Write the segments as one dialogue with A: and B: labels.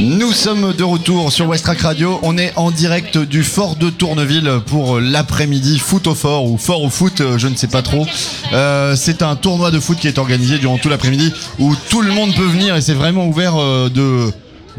A: Nous sommes de retour sur Westrack Radio. On est en direct du fort de Tourneville pour l'après-midi foot au fort ou fort au foot, je ne sais pas trop. Euh, c'est un tournoi de foot qui est organisé durant tout l'après-midi où tout le monde peut venir et c'est vraiment ouvert euh, de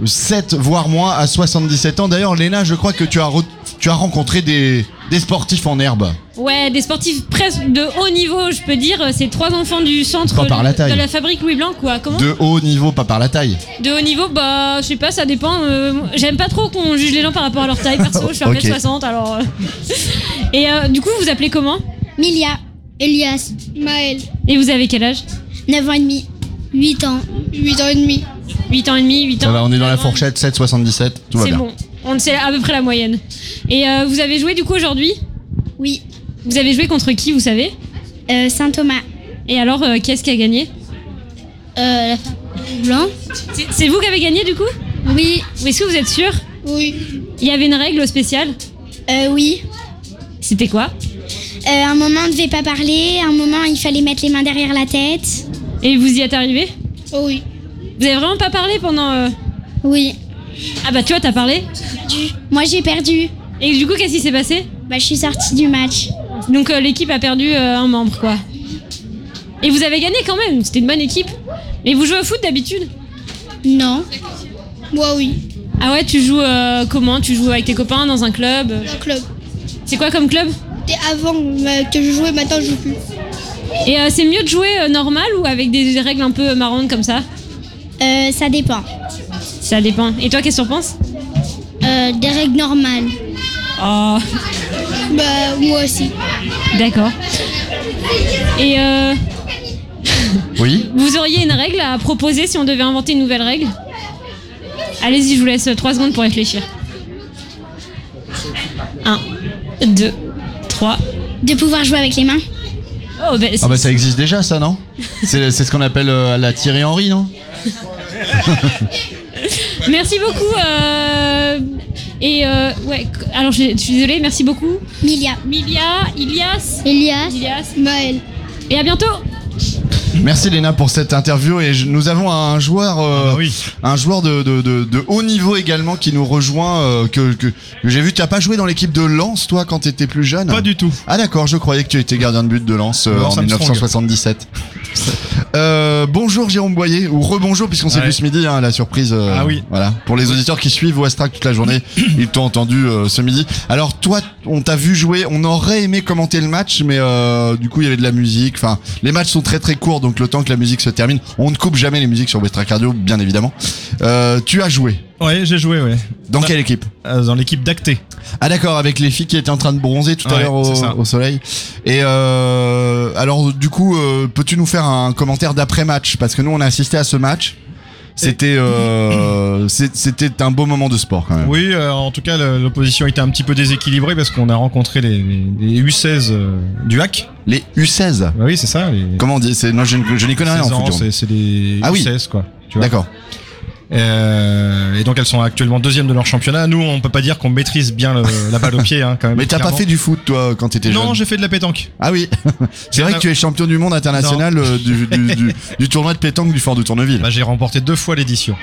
A: 7 voire moins à 77 ans. D'ailleurs, Léna, je crois que tu as, re- tu as rencontré des, des sportifs en herbe.
B: Ouais, des sportifs presque de haut niveau, je peux dire. C'est trois enfants du centre
A: Pas par la
B: de-
A: taille.
B: de la fabrique Louis Blanc, quoi. Comment de...
A: De haut niveau, pas par la taille.
B: haut niveau, bah, je sais pas, ça dépend. euh, J'aime pas trop qu'on juge les gens par rapport à leur taille, perso. Je suis
A: Ok.
B: 1m60, alors. euh. Et euh, du coup, vous vous appelez comment
C: Milia, Elias, Maël,
B: Et vous avez quel âge
C: 9 ans et demi, 8 ans, 8 ans et demi.
B: 8 ans et demi, 8 ans.
A: Ça va, on est dans la
B: Vraiment,
A: fourchette 7, 77, tout va
B: C'est
A: bien.
B: bon. On sait à peu près la moyenne. Et euh, vous avez joué du coup aujourd'hui
C: Oui,
B: Vous avez joué contre qui, vous savez
C: euh, Saint Thomas,
B: Et alors, euh, qui est-ce qui a gagné
C: euh, la femme blanc.
B: C'est- C'est vous qui avez gagné du coup
C: Oui,
B: Est-ce que vous êtes sûr
C: oui,
B: Il y avait une règle spéciale
C: euh, oui.
B: C'était quoi
C: Euh, un moment, on ne devait pas parler. Un moment, il fallait mettre les mains derrière la tête.
B: Et vous y êtes arrivé
C: oui.
B: Vous avez vraiment pas parlé pendant. euh,
C: Oui.
B: Ah bah tu vois, t'as parlé
C: Moi, j'ai perdu.
B: Et du coup, qu'est-ce qui s'est passé
C: Bah, je suis sortie du match.
B: Donc euh, l'équipe a perdu euh, un membre quoi. Et vous avez gagné quand même, c'était une bonne équipe. Mais vous jouez au foot d'habitude
C: Non. Moi, oui.
B: Ah ouais, tu joues euh, comment Tu joues avec tes copains dans un club euh,
C: Le club.
B: C'est quoi comme club
C: avant euh, que je jouais, maintenant, je joue plus.
B: Et euh, c'est mieux de jouer euh, normal ou avec des règles un peu marrantes comme ça
C: Euh, ça dépend.
B: Ça dépend. Et toi, qu'est-ce que t'en penses
C: Euh, des règles normales.
B: Oh,
C: Bah, moi aussi.
B: d'accord. Et euh,
A: Oui
B: vous auriez une règle à proposer si on devait inventer une nouvelle règle Allez-y, je vous laisse 3 secondes pour réfléchir. 1, 2, 3.
C: De pouvoir jouer avec les mains.
B: Oh, bah,
A: Ah bah ça existe déjà ça, non C'est c'est ce qu'on appelle euh, la Thierry Henry, non
B: Merci beaucoup. euh, et euh, ouais, c- alors je, je suis désolée, merci beaucoup.
C: Milia.
B: Milia, Ilias,
C: Elias.
B: Ilias.
C: Maël.
B: Et à bientôt
A: Merci Léna pour cette interview et je- nous avons un joueur,
D: Ah
A: euh,
D: bah
A: un joueur de, de, de, de haut niveau également qui nous rejoint. euh, que que, que j'ai vu, t'as pas joué dans l'équipe de Lens toi quand t'étais plus jeune
D: Pas du tout.
A: Ah d'accord, je croyais que tu étais gardien de but de Lens euh,
D: Non,
A: en
D: Armstrong.
A: 1977. Euh, bonjour Jérôme Boyer ou rebonjour puisqu'on s'est
D: Ouais.
A: vu ce midi hein, la surprise euh,
D: Ah oui.
A: voilà pour les auditeurs qui suivent Westrack toute la journée ils t'ont entendu euh, ce midi alors toi on t'a vu jouer on aurait aimé commenter le match mais euh, du coup il y avait de la musique enfin les matchs sont très très courts donc le temps que la musique se termine on ne coupe jamais les musiques sur Westrack Radio bien évidemment Euh, tu as joué
D: Ouais, j'ai joué, ouais.
A: dans
D: Ouais.
A: quelle équipe
D: Euh, Dans l'équipe d'Acté.
A: ah d'accord, avec les filles qui étaient en train de bronzer tout à
D: Ouais,
A: l'heure
D: c'est ça.
A: au, au soleil. Et euh, alors du coup, euh, peux-tu nous faire un commentaire d'après-match Parce que nous, on a assisté à ce match. C'était euh, c'est- c'était un beau moment de sport quand même.
D: Oui, euh, en tout cas, le- l'opposition était un petit peu déséquilibrée parce qu'on a rencontré les, les- les U16 euh, du HAC.
A: Les U16.
D: Bah oui, c'est ça. Les
A: Comment on dit C'est- Non, je, n- je n'y connais rien
D: 16
A: en
D: ans,
A: foot. Jérôme.
D: c'est Ah, c'est les
A: Ah oui.
D: U16, quoi. tu vois.
A: D'accord.
D: Euh, et donc, elles sont actuellement deuxième de leur championnat. Nous, on peut pas dire qu'on maîtrise bien le- la balle au pied, hein, quand même.
A: Mais t'as pas
D: clairement.
A: fait du foot toi quand t'étais jeune
D: Non, j'ai fait de la pétanque.
A: Ah oui. c'est vrai que tu es champion du monde international euh, du, du, du- du tournoi de pétanque du Fort de Tourneville.
D: Bah, j'ai remporté deux fois l'édition,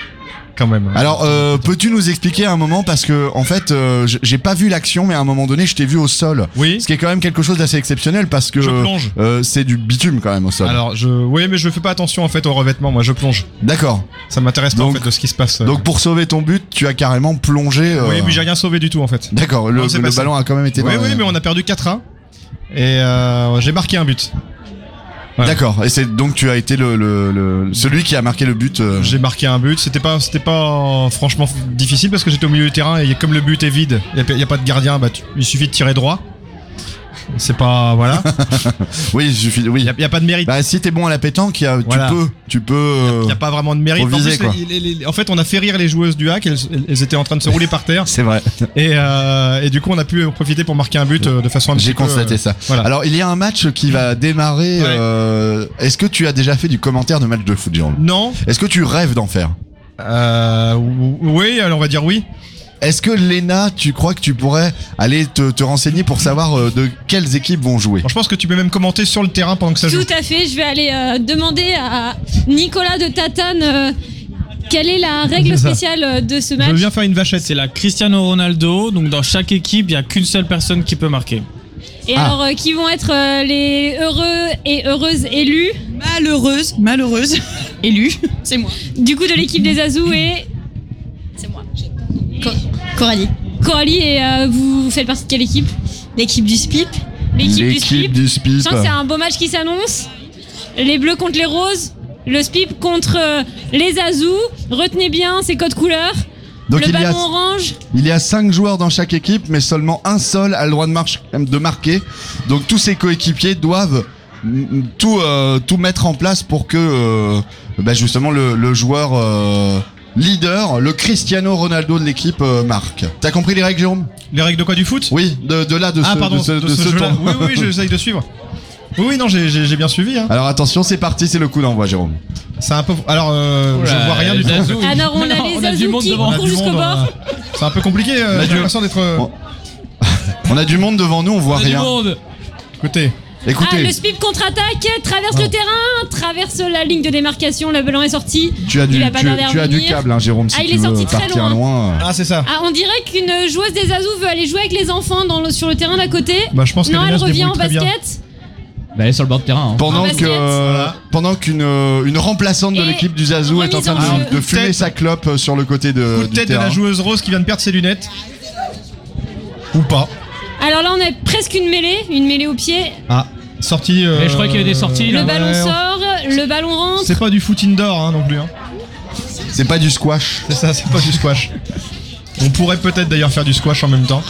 D: quand même.
A: Alors, euh, peux-tu nous expliquer un moment parce que en fait, euh, j- j'ai pas vu l'action, mais à un moment donné, je t'ai vu au sol.
D: oui,
A: Ce qui est quand même quelque chose d'assez exceptionnel parce que
D: je plonge.
A: euh, c'est du bitume quand même au sol.
D: Alors, je, oui, mais je fais pas attention en fait au revêtement. Moi, je plonge.
A: D'accord.
D: Ça m'intéresse pas en
A: Donc-
D: fait de ce qui se passe. euh.
A: Donc pour sauver ton but, tu as carrément plongé. euh,
D: Oui, mais j'ai rien sauvé du tout en fait.
A: D'accord, le,
D: Non, c'est
A: le
D: pas ça.
A: ballon a quand même été
D: Oui,
A: dans-
D: oui, mais on a perdu 4-1. Et euh, j'ai marqué un but. voilà.
A: D'accord, et c'est donc tu as été le, le- le- celui qui a marqué le but. euh,
D: J'ai marqué un but. C'était pas, c'était pas euh, franchement f- difficile parce que j'étais au milieu du terrain et comme le but est vide, il n'y a, pas de gardien, bah, tu- il suffit de tirer droit. C'est pas. Voilà.
A: Oui, il suffit.
D: Il
A: Oui.
D: n'y a, pas de mérite.
A: Bah si t'es bon à la pétanque, il y a-
D: Voilà.
A: tu peux, tu peux.
D: Il
A: euh,
D: n'y a pas vraiment de mérite. En,
A: improvisé,
D: plus,
A: quoi.
D: les- les- les- en fait, on a fait rire les joueuses du hack. Elles, elles étaient en train de se rouler par terre.
A: C'est vrai.
D: Et, euh, et du coup, on a pu en profiter pour marquer un but euh, de façon un petit
A: J'ai
D: peu,
A: constaté
D: euh,
A: ça.
D: voilà.
A: Alors il y a un match qui va démarrer.
D: Ouais.
A: euh, Est-ce que tu as déjà fait du commentaire de match de foot, Jérôme
D: Non.
A: Est-ce que tu rêves d'en faire
D: Euh, ou- oui, alors on va dire oui.
A: Est-ce que Léna, tu crois que tu pourrais aller te, te renseigner pour savoir euh, de quelles équipes vont jouer
D: Bon, je pense que tu peux même commenter sur le terrain pendant que ça joue.
B: Tout à fait, je vais aller euh, demander à Nicolas de Tatane euh, Quelle est la règle
D: C'est ça.
B: spéciale euh, de ce
D: Je veux
B: match
D: bien faire une vachette.
E: C'est la Cristiano Ronaldo. Donc dans chaque équipe, il n'y a qu'une seule personne qui peut marquer.
B: Et
A: Ah.
B: alors, euh, qui vont être euh, les heureux et heureuses élus
F: Malheureuse, malheureuse, élue, c'est moi.
B: du coup de l'équipe des Azous et
F: C'est moi. Coralie.
B: Coralie et euh, vous faites partie de quelle équipe
F: L'équipe du SPIP.
B: L'équipe du SPIP.
A: du SPIP.
B: Je sens que c'est un beau match qui s'annonce. Les bleus contre les roses, le SPIP contre euh, les Azous. Retenez bien ces codes couleurs.
A: Donc
B: le
A: il y,
B: ballon
A: a,
B: orange.
A: il y a 5 joueurs dans chaque équipe, mais seulement un seul a le droit de, marche- de marquer. Donc tous ses coéquipiers doivent mm, tout, euh, tout mettre en place pour que euh, bah, justement le, le joueur euh, leader, le Cristiano Ronaldo de l'équipe, euh, marque. T'as compris les règles, Jérôme
D: Les règles de quoi du foot
A: Oui, de, de là, de
D: Ah
A: ce,
D: pardon,
A: de ce, de ce
D: jeu-là.
A: tour.
D: Oui, oui, oui, j'essaye de suivre. Oui, oui, non, j'ai- j'ai j'ai bien suivi. hein.
A: Alors attention, c'est parti, c'est le coup d'envoi, Jérôme.
D: C'est un peu. Alors, euh, je vois rien du tout.
B: Alors on a les
E: du
B: Azous
E: monde
B: qui
E: devant.
D: On a
B: courent
D: du
B: jusqu'au
D: monde,
B: bord.
D: euh, C'est un peu compliqué. euh, J'ai l'impression d'être. euh,
A: Bon. On a du monde devant nous, on voit
E: On a du
A: rien.
E: monde.
D: Écoutez,
B: Ah,
A: Écoutez,
B: le SPIP contre-attaque traverse le terrain, traverse la ligne de démarcation, le ballon est sorti.
A: tu as du,
B: il a pas
A: tu,
B: l'air d'y
A: tu as du
B: revenir.
A: câble, hein, Jérôme, si
B: Ah, il
A: tu
B: est
A: veux
B: sorti très
A: partir
B: loin.
A: loin.
D: ah, c'est ça.
B: Ah, on dirait qu'une joueuse des Azous veut aller jouer avec les enfants dans le- sur le terrain d'à côté.
D: Bah, je pense que
B: non,
D: Léna
B: elle
D: se
B: revient en
D: débrouille très bien.
B: basket.
G: Bah, elle est sur le bord de terrain. hein.
A: Pendant
B: En
A: que
B: basket.
A: euh, pendant qu'une euh, une remplaçante de
B: Et
A: l'équipe du Zazou est en
B: remise
A: train
B: en
A: de-
B: jeu.
A: de, fumer
D: Tête.
A: sa clope euh, sur le côté de,
D: Coup de
A: du
D: tête de
A: terrain.
D: la joueuse rose qui vient de perdre ses lunettes. Ou pas.
B: Alors là, on a presque une mêlée, une mêlée au pied.
D: Ah, sortie. euh,
G: Mais je crois qu'il y a eu des sorties, là.
B: Le ballon
D: ouais, on-
B: sort, le ballon rentre.
D: C'est pas du foot indoor hein, non plus. Hein.
A: C'est pas du squash.
D: C'est ça, c'est pas du squash. On pourrait peut-être d'ailleurs faire du squash en même temps.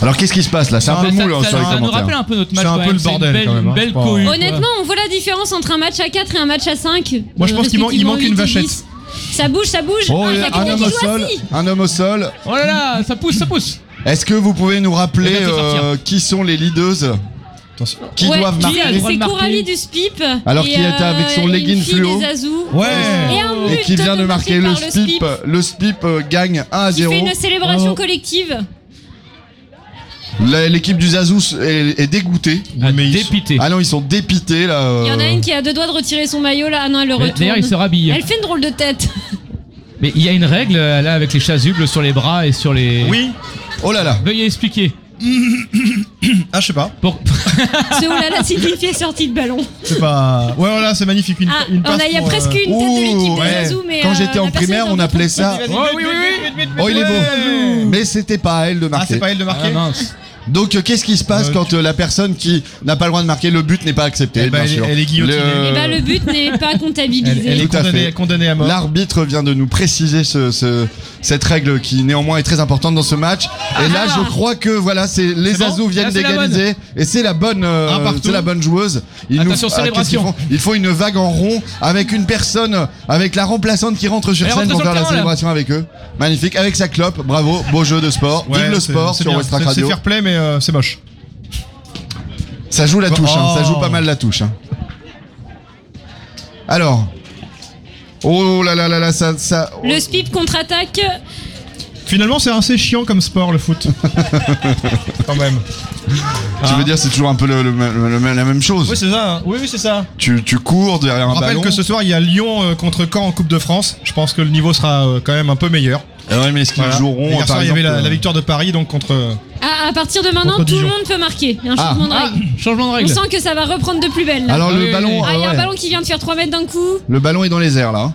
A: Alors qu'est-ce qui se passe là C'est un
G: Ça-
A: peu
G: Bah, ça-
A: mou là
G: ça-
A: hein, sur les
G: ça nous rappelle
A: commentaires.
G: un peu notre match.
D: C'est un
G: quand
D: peu
G: même.
D: le
G: C'est une
D: bordel,
G: belle-
D: quand même, hein.
G: Une belle
D: Bon.
G: cohue. quoi.
B: Honnêtement, on voit la différence entre un match à 4 et un match à 5.
D: Moi, je pense qu'il man- il manque une
B: Respectivement, 8
D: vachette.
B: et 10. Ça bouge, ça bouge.
A: Oh, il y
B: Ah,
A: a un
B: quelqu'un
A: homme
B: qui
A: au
B: joue
A: sol,
B: assis.
A: un homme au sol.
G: Oh là là, ça pousse, ça pousse.
A: Est-ce que vous pouvez nous rappeler
G: Il
D: Eh ben,
G: vient de sortir.
D: hein.
A: euh, qui sont les leadeuses
D: Attention.
A: qui
B: Ouais,
A: doivent
G: a le
A: marquer
G: droit
B: C'est
G: de marquer
B: Coralie du Spip.
A: Alors qu'il
B: et,
A: était avec son
B: une
A: legging
B: fille
A: fluo.
B: des Azous.
D: Ouais.
B: Et un but
A: et qui vient de marquer
B: par
A: le
B: le
A: SPIP Le SPIP euh, gagne 1 à
B: Qui
A: 0.
B: fait une célébration
D: Oh.
B: collective.
A: La- L'équipe du Zazou est, est dégoûtée.
D: Oui, mais ils sont-
G: Dépité.
A: Ah non, ils sont dépités là. euh.
B: Il y en a une qui a deux doigts de retirer son maillot là. Ah non, elle le
G: Mais
B: retourne.
G: D'ailleurs, il se rhabille.
B: Elle fait une drôle de tête.
G: Mais il y a une règle euh, là avec les chasubles sur les bras et sur les.
D: Oui.
A: Oh là là.
G: Veuillez expliquer.
D: Ah, je sais pas.
G: Pour...
B: Ce oulala signifiait sortie de ballon.
D: C'est pas. Ouais, voilà, c'est magnifique. Une,
B: Ah,
D: une
B: on
D: passe
B: a, il y a
D: pour, euh,
B: presque une tête de l'équipe
A: Ouh,
B: des
A: ouais.
B: Azous, mais.
A: Quand
B: euh,
A: j'étais
B: la
A: en
B: personne
A: primaire,
B: est en
A: on
B: train de
A: appelait ça.
D: Vas-y, vas-y, but,
G: Oh, oui,
D: but,
G: oui,
D: but, but, but,
A: Oh, il est
D: ouais.
A: beau. Mais c'était pas à elle de
D: Ah,
A: marquer.
D: c'est pas elle de
G: Ah,
D: marquer
G: mince.
A: Donc, euh, qu'est-ce qui se passe
D: Euh,
A: quand euh, la personne qui n'a pas le droit de marquer le but n'est pas acceptée
D: Eh ben,
A: bien
D: elle-
A: sûr.
D: elle est guillotinée.
A: Le-
B: Eh ben, le but n'est pas comptabilisé.
D: Elle, elle est
A: Tout à fait.
D: condamnée, condamnée à mort.
A: L'arbitre vient de nous préciser ce- ce- cette règle qui néanmoins est très importante dans ce match. Et là, je crois que voilà, c'est les
G: bon
A: Azous viennent
G: Là, c'est la
A: d'égaliser et c'est la bonne, euh,
D: Un partout.
A: c'est la bonne joueuse. Ils
G: Attention,
A: qu'est-ce qu'ils
G: célébration.
A: font Ils font une vague en rond avec une personne, avec la remplaçante qui rentre sur
G: Elle
A: scène
G: rentre
A: pour
G: sur
A: faire
G: le
A: la
G: terrain, là.
A: célébration avec eux. Magnifique, avec sa clope. Bravo, beau jeu de sport.
D: Ouais,
A: Vive le
D: c'est-
A: sport
D: c'est
A: sur
D: bien.
A: West Rack
D: C'est-
A: Radio.
D: C'est fair play, mais euh, c'est moche.
A: Ça joue la touche, hein, ça
D: Oh.
A: joue pas mal la touche. hein. Alors. Oh là là là là, ça. ça
B: Le Spip contre-attaque.
D: Finalement, c'est assez chiant comme sport, le foot. Quand même.
A: tu veux dire, c'est toujours un peu le- le- le- le- la même chose.
D: Hein Oui, c'est ça. hein. Oui, oui, c'est ça.
A: tu, tu cours derrière un
D: Je rappelle
A: ballon.
D: que ce soir, il y a Lyon euh, contre Caen en Coupe de France. Je pense que le niveau sera euh, quand même un peu meilleur.
A: Ah ouais, mais est-ce qu'ils
D: Voilà.
A: joueront
D: Et
A: euh,
D: Hier soir,
A: par
D: il y avait la,
A: exemple,
D: la
A: euh,
D: victoire de Paris, donc contre. euh,
B: À, à partir de maintenant,
D: Contre
B: tout le
D: Dijon.
B: monde peut marquer. Il y a un
A: Ah.
B: changement de règle.
G: Changement de
B: On
G: règle.
B: sent que ça va reprendre de plus belle. là.
A: Alors
G: Ah
A: le
G: oui,
A: ballon,
G: oui.
B: Ah, il y a
A: ouais.
B: un ballon qui vient de faire 3 mètres d'un coup.
A: le ballon est dans les airs là.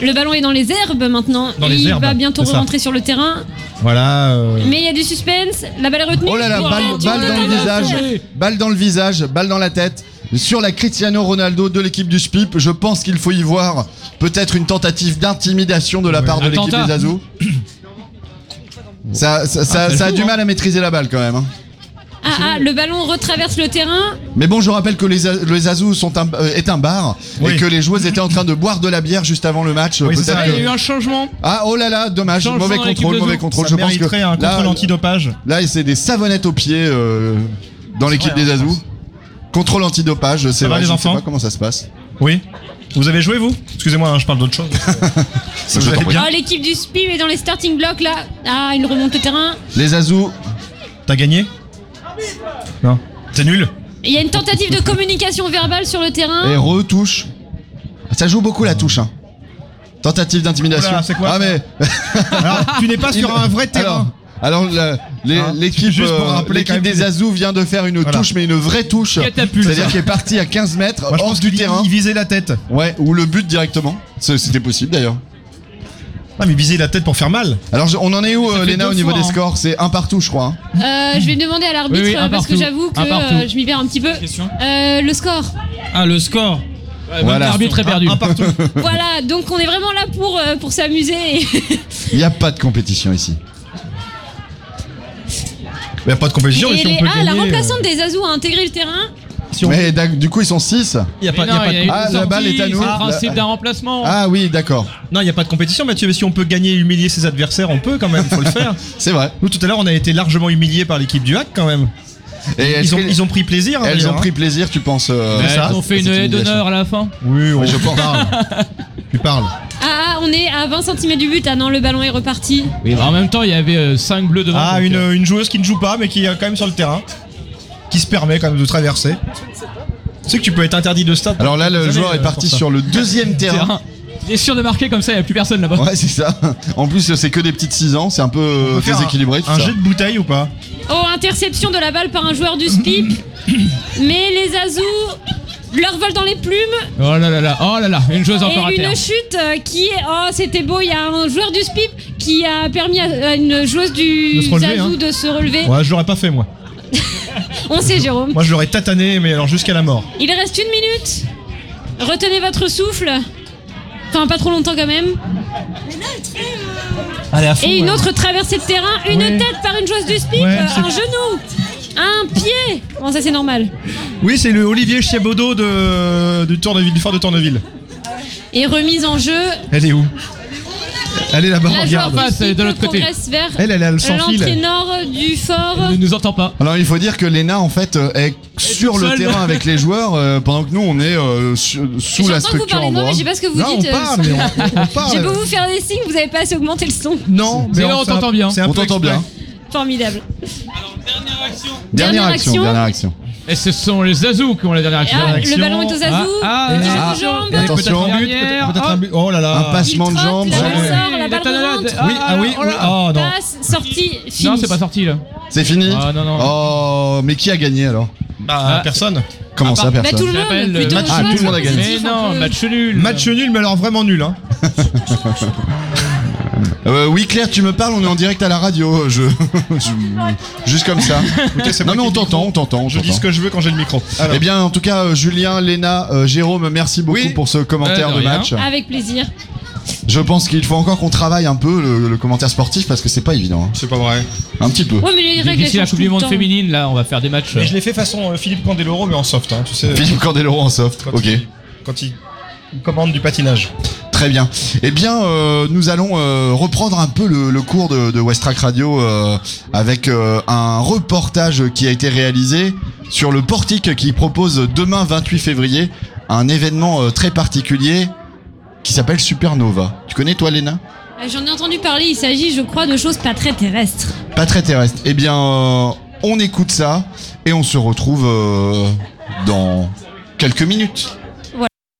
B: Le ballon est dans les herbes maintenant.
D: Dans
B: et
D: les
B: il
D: herbes,
B: va bientôt
D: c'est ça.
B: rentrer sur le terrain.
D: Voilà. euh,
B: Mais il y a du suspense. La balle est retenue.
A: Oh là là,
B: Putain,
A: balle,
B: tu
A: balle
B: me
A: dans le
B: donnes un
A: visage,
B: verre.
A: balle dans le visage, balle dans la tête. Sur la Cristiano Ronaldo de l'équipe du SPIP, je pense qu'il faut y voir peut-être une tentative d'intimidation de la
D: Ouais.
A: part de l'équipe
G: Attentat.
A: des Azous. Ça, ça, ça-
G: ça
A: ça a
G: joue,
A: du
G: hein.
A: mal à maîtriser la balle quand même. hein.
B: Ah, ah, le ballon retraverse le terrain.
A: Mais bon, je rappelle que les, A- les Azous sont un, euh, est un bar et
D: Oui.
A: que les joueuses étaient en train de boire de la bière juste avant le match.
D: Oui, c'est
A: Peut-être
D: ça.
G: Ah, Il y a
A: que-
G: eu un changement.
A: Ah oh là là, dommage,
G: Changement
A: mauvais
G: dans l'équipe
A: contrôle,
G: de
A: mauvais
G: Zou.
A: contrôle.
D: ça
A: je pense que
D: mériterait
A: là, euh,
D: un contrôle antidopage.
A: là, c'est des savonnettes aux pieds euh, dans l'équipe
D: vrai,
A: des
D: hein, je
A: Azous. Contrôle antidopage, c'est
D: va,
A: vrai.
D: les
A: je ne
D: enfants
A: sais pas comment ça se passe.
D: Oui. Vous avez joué, vous Excusez-moi, hein, je parle d'autre chose.
A: Je
D: allez
A: t'en prie.
D: bien.
B: Oh, l'équipe du SPIM est dans les starting blocks là. Ah, il remonte le terrain.
A: Les Azous,
D: T'as gagné Non. T'es nul
B: Il y a une tentative de communication verbale sur le terrain.
A: et retouche. Ça joue beaucoup la touche. hein. Tentative d'intimidation.
D: Oula, c'est quoi,
A: ah
D: ça
A: mais
D: Alors, tu n'es pas sur un vrai
A: alors,
D: terrain.
A: alors la- les-
D: Hein,
A: l'équipe
D: juste pour
A: euh,
D: rappeler
A: l'équipe
D: quand même
A: des
D: qu'il-
A: Azous vient de faire une
D: Voilà.
A: touche mais une vraie touche.
G: Catapulte.
A: C'est-à-dire qu'il est parti à 15 mètres
D: Moi, je
A: hors
D: pense
A: du
D: qu'il-
A: terrain.
D: Il visait la tête.
A: Ouais, ou le but directement. C'est- C'était possible d'ailleurs.
D: Ah, mais viser la tête pour faire mal.
A: Alors je- on en est où
G: Ça
A: euh,
G: fait
A: Léna
G: deux
A: au niveau
G: fois,
A: des
G: hein.
A: scores C'est un partout je crois. hein.
B: Euh, je vais demander à l'arbitre
G: Oui, oui, un
B: euh, parce que
G: partout.
B: j'avoue
D: Ah,
B: que
G: Un partout.
B: euh, je m'y perds un petit peu.
E: Question.
B: Euh, le score.
E: Ah, le score.
A: Voilà.
G: L'arbitre est perdu.
D: Ah, Un partout.
B: voilà, donc on est vraiment là pour, euh, pour s'amuser.
A: Il n'y a pas de compétition ici.
D: Il n'y a pas de
B: Et,
D: compétition, mais
B: et
D: si on
B: les-
D: peut
B: ah, la
D: gagner, euh,
B: remplaçante des Azous a intégré le terrain.
A: Mais d'ac- du coup ils sont 6.
H: Il n'y a,
G: Mais
H: pas- y
G: non,
H: a pas
G: il y
H: de
G: a une
A: Ah, la
G: sortie,
A: balle est à nous.
G: C'est le
A: La-
G: principe d'un remplacement.
A: Ah oui d'accord.
H: com- non, y a pas de compétition, Mathieu. Mais si on peut gagner et humilier ses adversaires, on peut quand même, faut le faire.
A: C'est vrai.
H: Nous, tout à l'heure, on a été largement humiliés par l'équipe du hack quand même.
A: Et est-ce
H: Ils ont,
A: que-
H: ils ont pris plaisir. hein,
A: Elles ont
H: d'ailleurs,
A: pris plaisir, tu penses euh,
G: Bah,
A: à
G: ils ont
A: cette-
G: fait une
A: cette
G: haie
A: humiliation
G: d'honneur à la fin.
H: hein. Oui, on-
A: Oui, je pense.
D: Tu parles.
B: Ah, ah, on est à 20 cm du but. Ah non, le ballon est reparti.
G: Oui, en même temps, il y avait 5 bleus devant.
H: Ah,
G: donc,
H: une,
G: euh,
H: une joueuse qui ne joue pas, mais qui est quand même sur le terrain.
D: Qui se permet quand même de traverser.
H: Tu sais que tu peux être interdit de stade.
A: Alors là, le
H: Désolé,
A: joueur est
H: euh,
A: parti
H: pour ça.
A: sur le deuxième
H: hein.
A: terrain.
G: terrain. Il est sûr de marquer comme ça, il n'y a plus personne là-bas.
A: Ouais, c'est ça. En plus, c'est que des petites 6 ans, c'est un peu
D: On
A: euh,
D: peut faire
A: déséquilibré. tout
D: Un, un
A: ça.
D: jet de bouteille ou pas
B: Oh, interception de la balle par un joueur du SPIP. Mais les Azous leur volent dans les plumes.
G: Oh là là là, oh là là, une joueuse encore à
B: Et
G: terre.
B: une chute euh, qui est. Oh, c'était beau. Il y a un joueur du SPIP qui a permis à à une joueuse du
H: De se relever, hein.
B: Zazou de se relever.
H: Ouais, je l'aurais pas fait, moi.
B: On sait, Jérôme.
H: Moi, je l'aurais tatané, mais alors jusqu'à la mort.
B: Il reste une minute. Retenez votre souffle. Enfin, pas trop longtemps quand même.
H: Allez, à fond.
B: Et une
H: ouais.
B: autre traversée de terrain. Une tête par une joueuse du SPIP.
H: Ouais,
B: euh,
H: c'est-
B: un genou. Un pied. Bon, ça c'est normal.
H: Oui, c'est le Olivier Chiabodo de, du Tourneville, du fort de Tourneville.
B: Et remise en jeu.
H: Elle est où
D: Elle est là-bas,
B: La joueur
D: Oh, regarde.
B: du
G: face, elle est
B: SPIP
G: de l'autre côté.
B: progresse vers
D: Elle, elle a le sans
B: l'entrée
D: fil.
B: nord du fort.
G: Il ne nous entend pas.
A: Alors, il faut dire que Lena, en fait, euh, est sur
G: toute
A: le
G: seule.
A: terrain avec les joueurs, euh, pendant que nous, on est euh, su- sous la
B: J'entends que vous
A: structure
B: parlez,
A: en
B: non, mais
A: bois.
B: je sais pas ce que vous
D: Non,
H: Ah,
D: on
B: dites. euh,
D: parle, mais on, on
B: J'ai beau
D: parle.
B: vous faire des signes, vous avez pas assez augmenté le son.
D: Non,
G: Mais là, on
D: c'est un-
G: t'entend bien.
D: c'est un
A: On
D: peu
A: t'entend
D: exprès.
A: bien.
B: Formidable.
A: Dernière
B: Dernière
A: action,
B: action.
A: dernière action.
G: Et ce sont les Azou qui ont la dernière
B: Et
G: action.
B: ah,
H: action.
B: le ballon est aux azous.
G: Ah, ah,
B: il
G: ah,
B: tire aux
G: ah,
B: jambes.
G: ah,
A: Attention.
H: Peut-être un but,
G: Dernière,
H: peut-être- peut-être un
G: hop.
H: but. Oh là là.
A: Un passement
B: Il
A: de
B: trotte,
A: jambes.
G: Ah,
B: la
A: sur-
B: balle sort, la
G: Et
B: balle
G: Tanana-
B: remonte.
H: Oui, ah oui,
G: oh
H: oui.
G: là.
H: Oh non.
B: Passe, sortie, fini.
G: Non, c'est pas sorti là.
A: C'est fini
G: Ah, non, non.
A: Oh, mais qui a gagné alors
H: Bah,
G: Ah.
H: personne.
A: Comment
G: Ah,
A: ça,
B: Bah, tout
A: personne
B: le monde,
G: J'appelle,
B: plutôt
A: euh,
B: je
A: Ah,
B: vois,
A: tout le monde a
B: c'est
A: gagné.
G: Mais
B: positif, un
G: non,
B: peu.
G: match nul.
D: Match nul, mais alors vraiment nul. Hein.
A: Euh, Oui, Claire, tu me parles, on est en direct à la radio. euh, Je... je- Juste comme ça.
D: c'est
A: Non,
D: moi
A: mais
D: qui
A: on
D: ai le
A: t'entend, on t'entend. on
D: Je dis
A: t'entend.
D: ce que je veux quand j'ai le micro. Alors,
A: Eh bien, en tout cas, euh, Julien, Léna, euh, Jérôme, merci beaucoup
D: Oui.
A: pour ce commentaire
G: Euh, de
A: de
G: rien.
A: match.
B: Avec plaisir.
A: Je pense qu'il faut encore qu'on travaille un peu le, le commentaire sportif parce que c'est pas évident. hein.
D: c'est pas vrai.
A: Un petit peu.
B: Ouais, mais les règles elles
G: D'ici la
B: changent
G: Coupe
B: tout
G: du
B: le
G: Monde
B: temps.
G: féminine, là, on va faire des matchs.
H: Mais je l'ai fait façon euh, Philippe Candeloro, mais en soft, hein, tu sais.
A: Philippe Candeloro en soft.
H: Quand
A: Ok,
H: il- quand il commande du patinage.
A: très bien. Eh bien, euh, nous allons euh, reprendre un peu le, le cours de, de Westrack Radio euh, avec euh, un reportage qui a été réalisé sur le portique qui propose demain 28 février un événement euh, très particulier qui s'appelle Supernova. Tu connais toi, Léna
B: Euh, J'en ai entendu parler, il s'agit, je crois, de choses pas très terrestres.
A: Pas très terrestre. Eh bien, euh, on écoute ça et on se retrouve euh, dans quelques minutes.